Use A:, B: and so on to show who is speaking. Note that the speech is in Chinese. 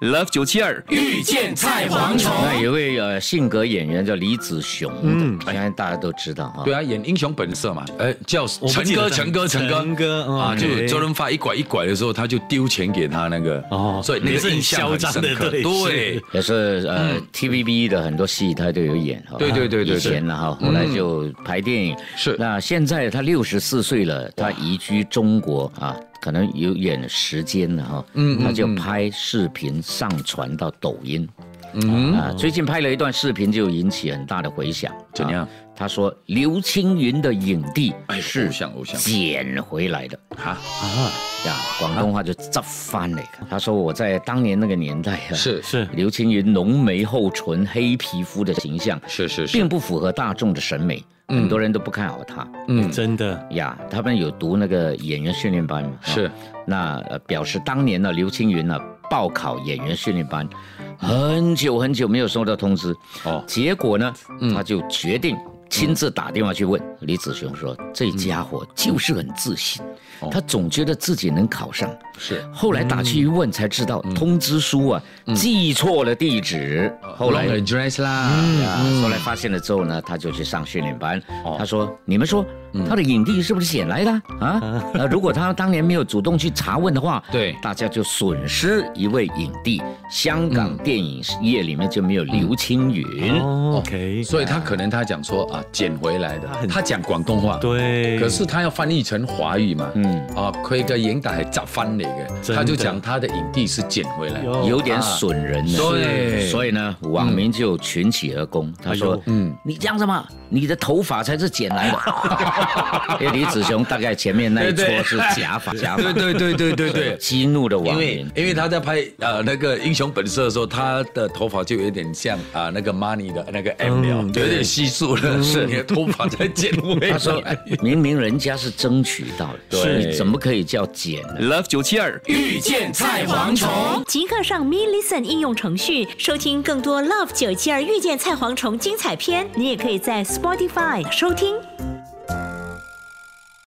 A: Love 九七二
B: 遇见菜蝗哎虫。
C: 那有一位呃性格演员叫李子雄，嗯，现在大家都知道啊。
B: 对啊，演英雄本色嘛，哎，叫
D: 我不
B: 陈
D: 记得
B: 哥，
D: 他
B: 陈哥，陈哥，
D: 陈哥嗯
B: 啊，就
D: OK
B: 周润发一拐一拐的时候，他就丢钱给他那个，
D: 哦
B: 哦，所以那
D: 也
B: 个
D: 是很
B: 印象
D: 嚣
B: 很
D: 张
B: 深
D: 的
B: 刻，
D: 对
B: 对
D: 是，
C: 也是呃 TVB 的很多戏他都有演哈，
B: 嗯对对对对嗯
C: 以前呢哈，后来就拍电影。
B: 是
C: 那现在他六十四岁了，他移居中国啊，可能有点时间了哈，嗯，他就拍视频上传到抖音，嗯啊，最近拍了一段视频就引起很大的回响。
B: 怎样
C: 啊？他说刘青云的影帝
B: 哎
C: 是
B: 偶像偶像
C: 捡回来的。
B: 啊，
C: 呀，广东话就折翻了。他说我在当年那个年代啊，
B: 是
D: 是
C: 刘青云浓眉厚唇、黑皮肤的形象，
B: 是是嗯是，
C: 并不符合大众的审美，很多人都不看好他。
B: 嗯，
D: 真的
C: 呀，他们有读那个演员训练班嘛？
B: 是
C: 啊那呃表示当年呢，刘青云呢报考演员训练班，
B: 嗯
C: 很久很久没有收到通知。
B: 哦
C: 结果呢，
B: 嗯
C: 他就决定亲自打电话去问李子雄说：“
B: 嗯
C: 这家伙就是很自信，
B: 哦
C: 他总觉得自己能考上。”
B: 是
C: 后来打去一问才知道，通知书啊寄错了地址。
B: 哦
C: 后来
B: Long address 啦，
C: 啊，后来发现了之后呢，他就去上训练班。
B: 哦
C: 他说：“你们说他的影帝是不是捡来的啊？那如果他当年没有主动去查问的话，
B: 对
C: 大家就损失一位影帝。香港电影业里面就没有刘青云。
D: 哦，OK，
B: 嗯所以他可能他讲说啊，捡回来的
D: 他，很
B: 他讲广东话，
D: 对，
B: 可是他要翻译成华语嘛，
C: 嗯
B: 嗯，啊，佢嘅影帝系集翻嚟
D: 真
B: 嘅，
D: 的
B: 他就讲他的影帝是捡回来的，
D: 哟
C: 有点损人呢、
B: 哦啊对
C: 所以呢，网民就群起而攻，他
D: 哎
C: 说
D: 呦：“
C: 嗯，你讲什么？你的头发才是剪来的。” 因为李子雄大概前面那一
B: 对
C: 撮
B: 对
C: 是假发，假
B: 对
C: 发
B: 对对对对 对。
C: 激怒的网
B: 因为
C: 民。
B: 因为他在拍呃那个《英雄本色》的时候，他的头发就有点像啊、那个 Money 的那个 M 了，有点稀疏了，是 你的头发在剪尾。
C: 他说：“明明人家是争取到的，
B: 哎对
C: 你怎么可以叫捡呢？
A: Love 九七二
B: 遇见菜蝗虫，
E: 即刻上 Me Listen 应用程序收听更多 Love 972遇见菜蝗虫精彩片。你也可以在 Spotify 收听